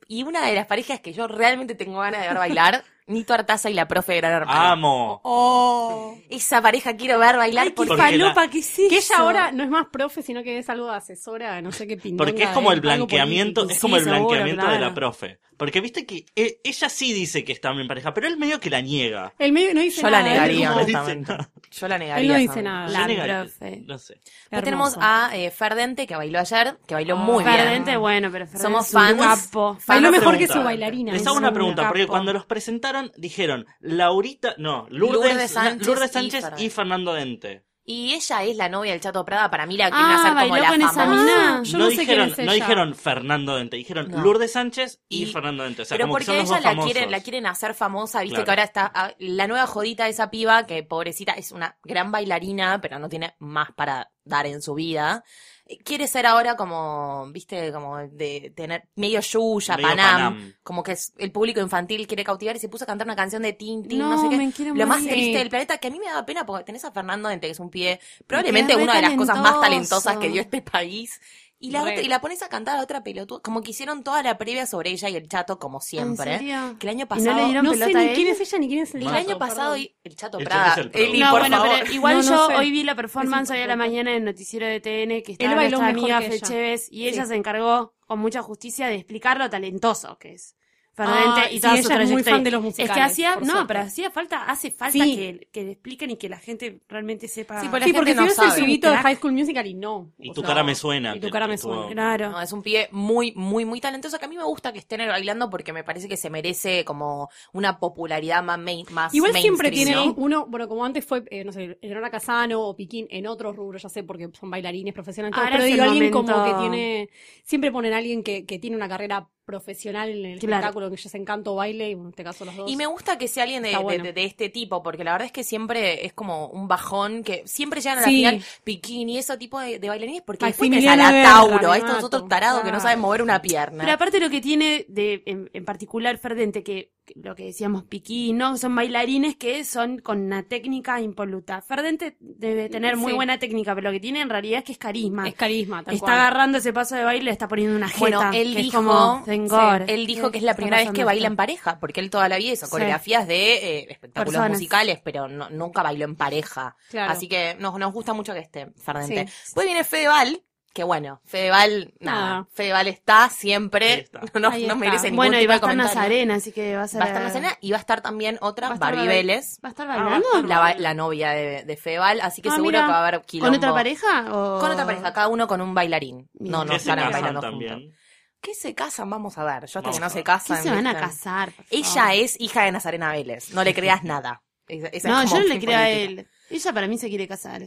Y una de las parejas que yo realmente tengo ganas de ver bailar, Nito Artaza y la profe de Gran Hermano. Amo. Oh. Esa pareja quiero ver bailar Qué porque Porque falopa que sí. Que ella ahora no es más profe, sino que es algo de asesora, no sé qué pindonga Porque es como el algo blanqueamiento, político. es como sí, el seguro, blanqueamiento de claro. la profe. Porque viste que e- ella sí dice que están en pareja, pero él medio que la niega. El medio no dice yo la nada. él negaría, como- dice honestamente. Yo la negaría. Él no dice esa- nada. La Yo nega- profe. No sé. Después Hermoso. tenemos a eh, Ferdente, que bailó ayer, que Oh, bailó muy bien. Ferdente, bueno, pero Ferdente Somos es un fans. capo. Fans. Bailó Una mejor que pregunta. su bailarina. Les es hago una un pregunta, capo. porque cuando los presentaron dijeron Laurita, no, Lourdes, Lourdes Lourdes Sánchez Sánchez, y y, Fernando Dente. Y ella es la novia del Chato Prada, para mí la quieren Ah, hacer como bailó la con esa famosa. mina. Ah, Yo Ah, no, no sé dijeron, quién es no ella. dijeron Fernando Dente, dijeron No. Lourdes Sánchez y, Y- Fernando Dente. O sea, Pero como que porque son a los ella dos la famosos. quieren, la quieren hacer famosa, viste Claro. que ahora está ah, la nueva jodita de esa piba, que pobrecita es una gran bailarina, pero no tiene más para dar en su vida. Eh, Quiere ser ahora como, viste, como de tener medio Yuya, Medio Panam, Panam. como que es- el público infantil quiere cautivar y se puso a cantar una canción de Tintin, no, No, sé qué. me quiero Lo más morir. triste del planeta, que a mí me da pena porque tenés a Fernando Dente, que es un pie, probablemente re una de las cosas más talentoso. talentosas que dio este país. Y la, Re. otra- y la pones a cantar a otra pelotuda, como que hicieron toda la previa sobre ella y el chato, como siempre. ¿En serio? Que el año ¿Y no pasado. le dieron No sé pelota a ni él? quién es ella ni quién es el el Más. año Chato, pasado perdón. y- el Chato El Chato Prada. es el Eli, No, por bueno, favor. pero igual No, no yo sé. hoy vi la performance Es un hoy a la poco. mañana en el noticiero de TN que estaba Él bailó nuestra mejor amiga que Fe ella. Chévez y ella Sí. se encargó con mucha justicia de explicar lo talentoso que es. Ferdente Ah, y sí, toda su ella es muy trayectoria. fan de los Es musicales. que hacía, por no, suerte. pero hacía falta, hace falta Sí. que, que le expliquen y que la gente realmente sepa. Sí, por la Sí, gente porque no si ves el sabe. pibito de Crack. High School Musical y no. Y O tu sea, cara me suena. y tu cara me estuvo- suena. Claro. No, es un pie muy, muy, muy talentoso que a mí me gusta que esté en el bailando porque me parece que se merece como una popularidad más, main, más Igual siempre mainstream, ¿no? tienen uno, bueno, como antes fue, eh, no sé, Eleonora Casano o Piquín en otros rubros, ya sé, porque son bailarines profesionales, Ahora pero es el digo, alguien momento. como que tiene, siempre ponen a alguien que, que tiene una carrera profesional en el Claro. espectáculo, que ya sea en canto o baile, y bueno, en este caso los dos. Y me gusta que sea alguien de, Está de- bueno. de- de este tipo, porque la verdad es que siempre es como un bajón, que siempre llegan a la Sí. final bikini, ese tipo de, de bailarines, porque después tenés a Maximiliano la Guerra, Tauro, a me estos mato. otros tarados que no Claro. saben mover una pierna. Pero aparte lo que tiene de, en, en particular Ferdente, que que lo que decíamos Piquín, ¿no? Son bailarines que son con una técnica impoluta. Ferdente debe tener muy Sí. buena técnica, pero lo que tiene en realidad es que es carisma. es carisma, tal está cual. agarrando ese paso de baile, le está poniendo una jeta. Bueno, él que es dijo, como, "Thank God". sí, él dijo que es la Está primera vez pasando que baila esto. en pareja, porque él toda la vida hizo Sí. coreografías de eh, espectáculos Personas. musicales, pero no- nunca bailó en pareja. Claro. Así que nos, nos gusta mucho que esté Ferdente. Sí. Después viene Fedeval, que bueno, Fedeval, nada, Ah. Fedeval está siempre, Ahí está. no, no Ahí está. merece ningún Bueno, y tipo va a de estar comentario. Nazarena, así que va a ser... Va a estar Nazarena y va a estar también otra, Va a estar Barbie Barbie. Vélez, ¿Va a estar Ah, va a bailando? estar la, ba- Barbie. la novia de, de Fedeval, así que Ah, seguro mira. que va a haber ¿Con quilombo. otra pareja? o- Con otra pareja, cada uno con un bailarín. Bien. No, no, Que se estarán casan bailando juntos. también. ¿Qué se casan? Vamos a ver. Yo hasta Vamos que no a se ver. casan. ¿Qué se van a ¿viste? casar? por favor? Ella es hija de Nazarena Vélez. No le creas nada. Esa- esa es No, como yo no le fin creo a política. Eh, él. Ella para mí se quiere casar.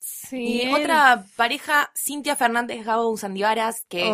Sí, Y él- otra pareja, Cintia Fernández Gabo Sandivaras, que,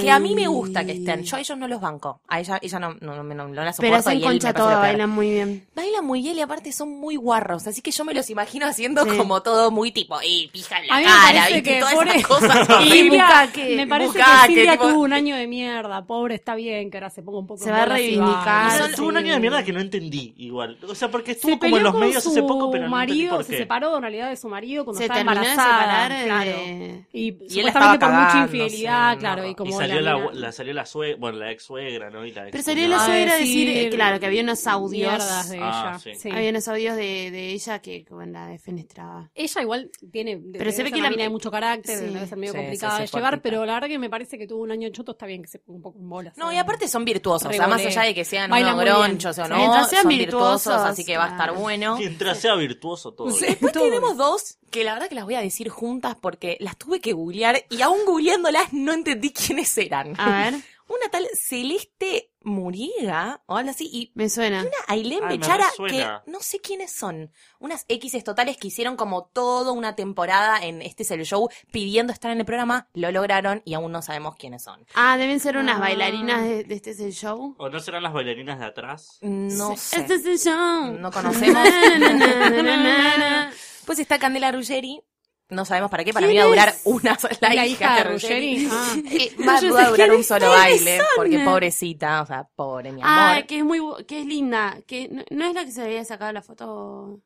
que a mí me gusta que estén. Yo a ellos no los banco. A ella, ella no, no, no, no, no la Pero soporto y hacen él me concha parece lo todo, peor. bailan muy bien. Bailan muy bien y aparte son muy guarros. Así que yo me los imagino haciendo Sí. como todo muy tipo, eh, pija en la A mí me cara, parece ¿viste? que e- todas pobre- esas cosas. Y horribles. Silvia, Bucaque. me parece Bucaque, que Silvia tipo- tuvo un año de mierda, pobre, está bien que ahora se ponga un poco Se en va a bolas y reivindicar. Y Ah, son- sí. Tuvo un año de mierda que no entendí igual. O sea, porque estuvo se como peleó en los con medios su hace poco, pero no entendí marido, por se qué. separó de una realidad de su marido cuando Se estaba terminaron de embarazada, separar. claro. eh, Y, Y él supuestamente estaba por mucha cagándose, infidelidad, ¿no? claro, y como y salió la, mina- la- salió la suegra, bueno, la ex suegra, ¿no? Y la Pero ex salió la cuñada. A suegra a decir decir, eh, claro, que había unos audios. mierdas de Ah, ella. sí. sí. Había unos audios de, de ella que bueno, la defenestraba. Ella igual tiene. de- Pero debe se ve ser que una la- mina de mucho carácter, Sí, debe ser medio sí, complicada sí, de sí, llevar, fuertita. pero la verdad que me parece que tuvo un año choto, está bien que se ponga un poco en bolas. No, y ¿sabes? aparte son virtuosos. O sea, más Revolea. allá de que sean Bailan unos muy bien. gronchos o no, Mientras sean son virtuosos, virtuosos, así que va a estar claro. bueno. Mientras sea virtuoso todo. Sí. Después Todo. tenemos dos que la verdad que las voy a decir juntas porque las tuve que googlear y aún googleándolas no entendí quiénes eran. A Ah. ver, Una tal Celeste Muriega o algo así y me suena. Ailén Ay, me Bechara que resuena. no sé quiénes son. Unas X totales que hicieron como toda una temporada en Este es el show pidiendo estar en el programa, lo lograron y aún no sabemos quiénes son. Ah, deben ser unas Ah. bailarinas de, de este es el show. ¿O no serán las bailarinas de atrás? No Sí, sé. Este es el show. No conocemos. Na, na, na, na, na, na, na. Pues está Candela Ruggeri. No sabemos para qué, para mí ¿Quién va a durar es? una La, sola hija de Ruggeri. Ah. Eh, Va Yo va a sé durar un quiénes solo son, baile, porque son. pobrecita, o sea, pobre mi Ah, amor. que es muy, bu- que es linda, que no, no es la que se había sacado la foto.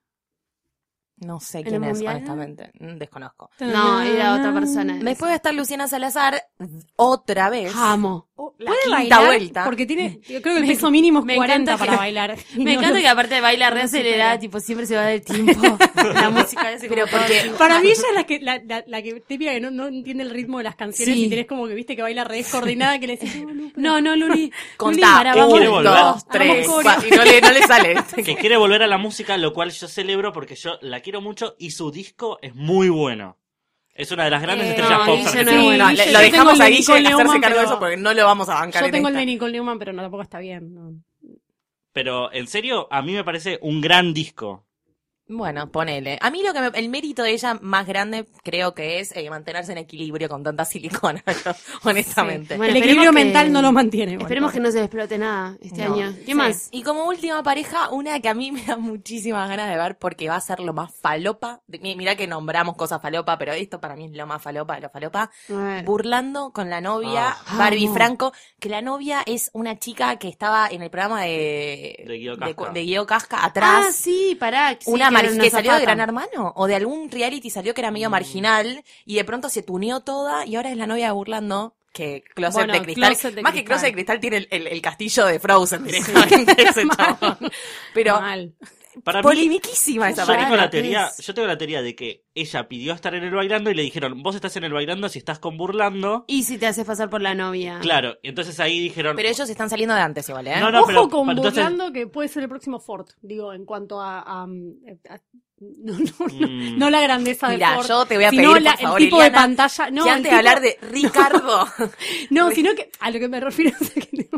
No sé ¿En el quién es, mundial? honestamente, Mm, desconozco. No, era otra persona. Después va a estar Luciana Salazar otra vez. Amo. Oh, La ¿Puede quinta bailar? vuelta. Porque tiene, yo creo que el peso mínimo es me 40 encanta para que- bailar. Y Me no encanta lo- que aparte baila no re lo acelerada, supera. tipo siempre se va del tiempo. La música de ese Pero porque Para mí ella es la que, la, la- la que típica que no, no entiende el ritmo de las canciones Sí. y tenés como que viste que baila re descoordinada que le decís, "Oh, no, no, pero- No, no, Luli. Luli, contá, pará, ¿qué uno, vamos. quiere volver? dos, tres, Vamos, cuatro, y no le, no le sale. Que quiere volver a la música, lo cual yo celebro porque yo la quiero mucho y su disco es muy bueno. Es una de las grandes Eh, estrellas no, pop Guille argentinas. no es bueno. No, Yo le- tengo lo dejamos el a de Guille Nicole hacerse Neumann, cargo de pero- eso porque no lo vamos a bancar Yo en tengo el esta. de Nicole Newman, pero no, tampoco está bien. no. Pero en serio, a mí me parece un gran disco. Bueno, ponele. A mí lo que me- el mérito de ella más grande creo que es eh, mantenerse en equilibrio con tanta silicona, ¿no? honestamente. Sí. Bueno, el equilibrio esperemos que- mental no lo mantiene. igual. Esperemos que no se explote nada este No, año. ¿Qué sí. más? Y como última pareja, una que a mí me da muchísimas ganas de ver porque va a ser lo más falopa. de- mi- Mirá que nombramos cosas falopa, pero esto para mí es lo más falopa de lo falopa. A ver. Burlando con la novia Ah. Barbie Amo. Franco, que la novia es una chica que estaba en el programa de, De Guido cu- Casca. de Guido Casca atrás. Ah, sí, pará. sí, una que era mari- que salió de zapata. Gran Hermano o de algún reality salió que era medio Mm. marginal y de pronto se tuneó toda y ahora es la novia de Burlando que Closet Bueno, de Cristal Closet de más que Cristal. Closet de Cristal tiene el, el- el castillo de Frozen directamente ese chabón. pero Mal. Para mí, polimiquísima esa yo tengo, pareja la teoría, es- yo tengo la teoría de que ella pidió estar en el bailando y le dijeron, vos estás en el bailando si estás con burlando. Y si te haces pasar por la novia. Claro, y entonces ahí dijeron... pero ellos están saliendo de antes igual ¿eh? No, no, Ojo pero- con pero entonces- Burlando, que puede ser el próximo Ford. Digo, en cuanto a. a- a- no, no, no, Mm. no la grandeza de Mira, Ford. yo te voy a pedir, sino por la- favor, el tipo de Eliana, pantalla. No, que el antes de hablar tipo- de Ricardo No, sino que a lo que me refiero es que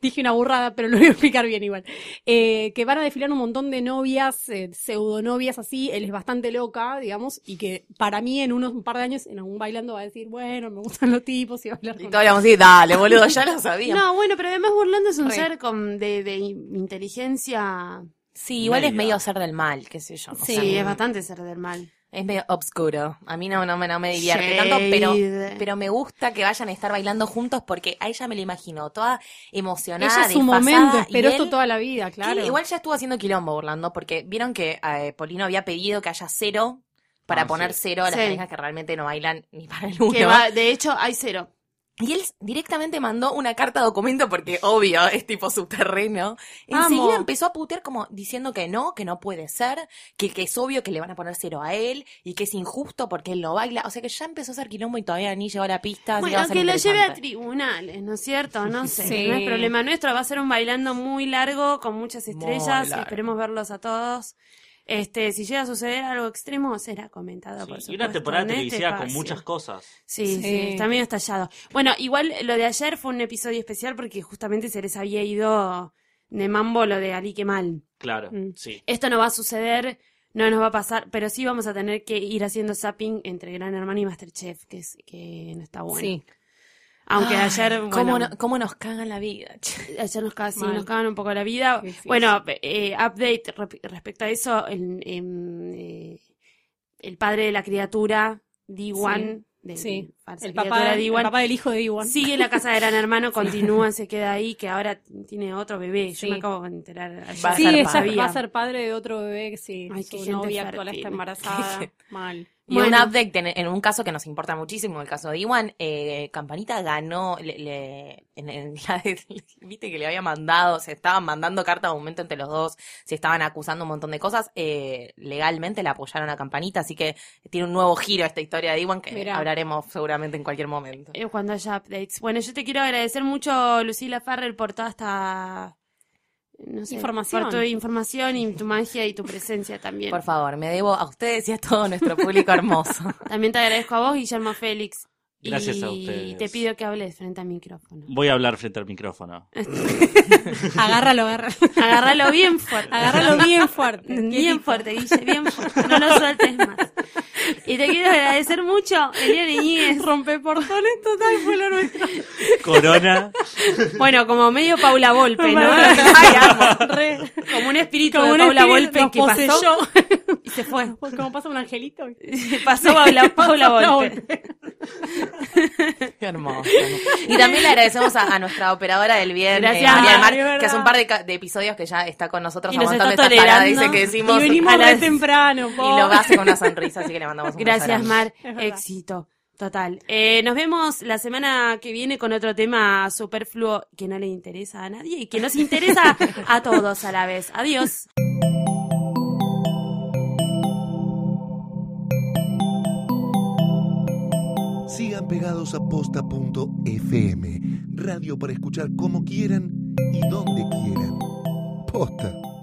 dije una burrada, pero lo voy a explicar bien igual. Eh, que van a desfilar un montón de novias, eh, pseudonovias así, él es bastante loca, digamos, y que para mí en unos un par de años en algún bailando va a decir, bueno, me gustan los tipos y va a bailar y con- todos vamos a decir dale boludo ya lo sabíamos No, bueno, pero además Burlando es un Re. ser con, de, de inteligencia. sí igual es Media. medio ser del mal qué sé yo no Sí, sé. es bastante ser del mal. Es medio obscuro. A mí no, no, me- no me divierte tanto, pero, Shade. pero me gusta que vayan a estar bailando juntos porque a ella me la imagino toda emocionada. Ella es su desfasada, momento, y pero él- esto toda la vida, claro. Sí, igual ya estuvo haciendo quilombo burlando porque vieron que eh, Polino había pedido que haya cero para Ah, sí. poner cero a las Sí. parejas que realmente no bailan ni para el Que uno. va- de hecho, hay cero. Y él directamente mandó una carta documento porque obvio es tipo su terreno. Enseguida Amo. empezó a putear como diciendo que no, que no puede ser, que, que es obvio que le van a poner cero a él y que es injusto porque él no baila. O sea que ya empezó a hacer quilombo y todavía ni llegó a la pista. así que Ah, va a Bueno, ser que lo lleve a interesante. tribunales, ¿no es cierto? No sé, Sí. no es problema nuestro. Va a ser un bailando muy largo, con muchas Muy estrellas. largo. Esperemos verlos a todos. Este, si llega a suceder algo extremo, será comentado, Sí, por y una supuesto, temporada en este televisada con espacio. muchas cosas. Sí, sí, Sí. está medio estallado. Bueno, igual lo de ayer fue un episodio especial porque justamente se les había ido de mambo lo de Ali Kemal. Claro, Mm. sí. Esto no va a suceder, no nos va a pasar, pero sí vamos a tener que ir haciendo zapping entre Gran Hermano y Masterchef, que, es, que no está bueno. Sí. Aunque Ay, ayer, ¿Cómo, bueno, no- cómo nos cagan la vida? che? ayer nos cagan, sí, Mal. nos cagan un poco la vida. Sí, sí, bueno, eh, update rep- respecto a eso, em, en- en, eh, el padre de la criatura, D1, Sí, falsa El criatura papá, de el Iwan, papá del hijo de Iwan. sigue la casa de Gran Hermano, continúa, se queda ahí, que ahora tiene otro bebé. Yo Sí. me acabo de enterar. ayer. Va a sí, ser ella padre. va a ser padre de otro bebé que sí, Ay, qué su gente novia actual fértil. está embarazada. Mal. Y Bueno. un update en, en un caso que nos importa muchísimo, el caso de Iwan, eh, Campanita ganó, le, le- en- en la- viste que le había mandado, se estaban mandando cartas de aumento entre los dos, se estaban acusando un montón de cosas, eh, legalmente la apoyaron a Campanita, así que tiene un nuevo giro esta historia de Iwan que Mirá. hablaremos seguramente en cualquier momento. Eh, cuando haya updates. Bueno, yo te quiero agradecer mucho, Lucila Farrell, por toda esta no sé, Información. Por tu información y tu magia y tu presencia también. Por favor, me debo a ustedes y a todo nuestro público hermoso. También te agradezco a vos, Guillermo Félix. Gracias y a ustedes. te pido que hables frente al micrófono. Voy a hablar frente al micrófono. Agárralo, agárralo. Agárralo bien fuerte. Agárralo bien fuerte. Bien fuerte, Guille, bien fuerte. No lo sueltes más. Y te quiero agradecer mucho, Eliana Iñiguez. Rompe portones total, fue lo nuestro. Corona. Bueno, como medio Paula Volpe, ¿no? Ay, amo. Re. Como un espíritu de Como un Paula espíritu Volpe nos que pasó poseyó. y se fue. Como pasa un angelito. Pasó Paula, Paula Paula Volpe. Qué hermoso. Y también le agradecemos a, a nuestra operadora del bien, eh, Gracias, María del Mar, Mari, que hace verdad. un par de, ca- de episodios que ya está con nosotros Y nos aguantando está esta parada, tolerando. dice que decimos Y venimos a re las- temprano, y lo hace con una sonrisa, así que le mandamos un beso Gracias, grande. Mar. verdad. Éxito. Total. Eh, nos vemos la semana que viene con otro tema superfluo que no le interesa a nadie y que nos interesa a todos a la vez. Adiós. Sigan pegados a posta.fm, radio para escuchar como quieran y donde quieran. Posta.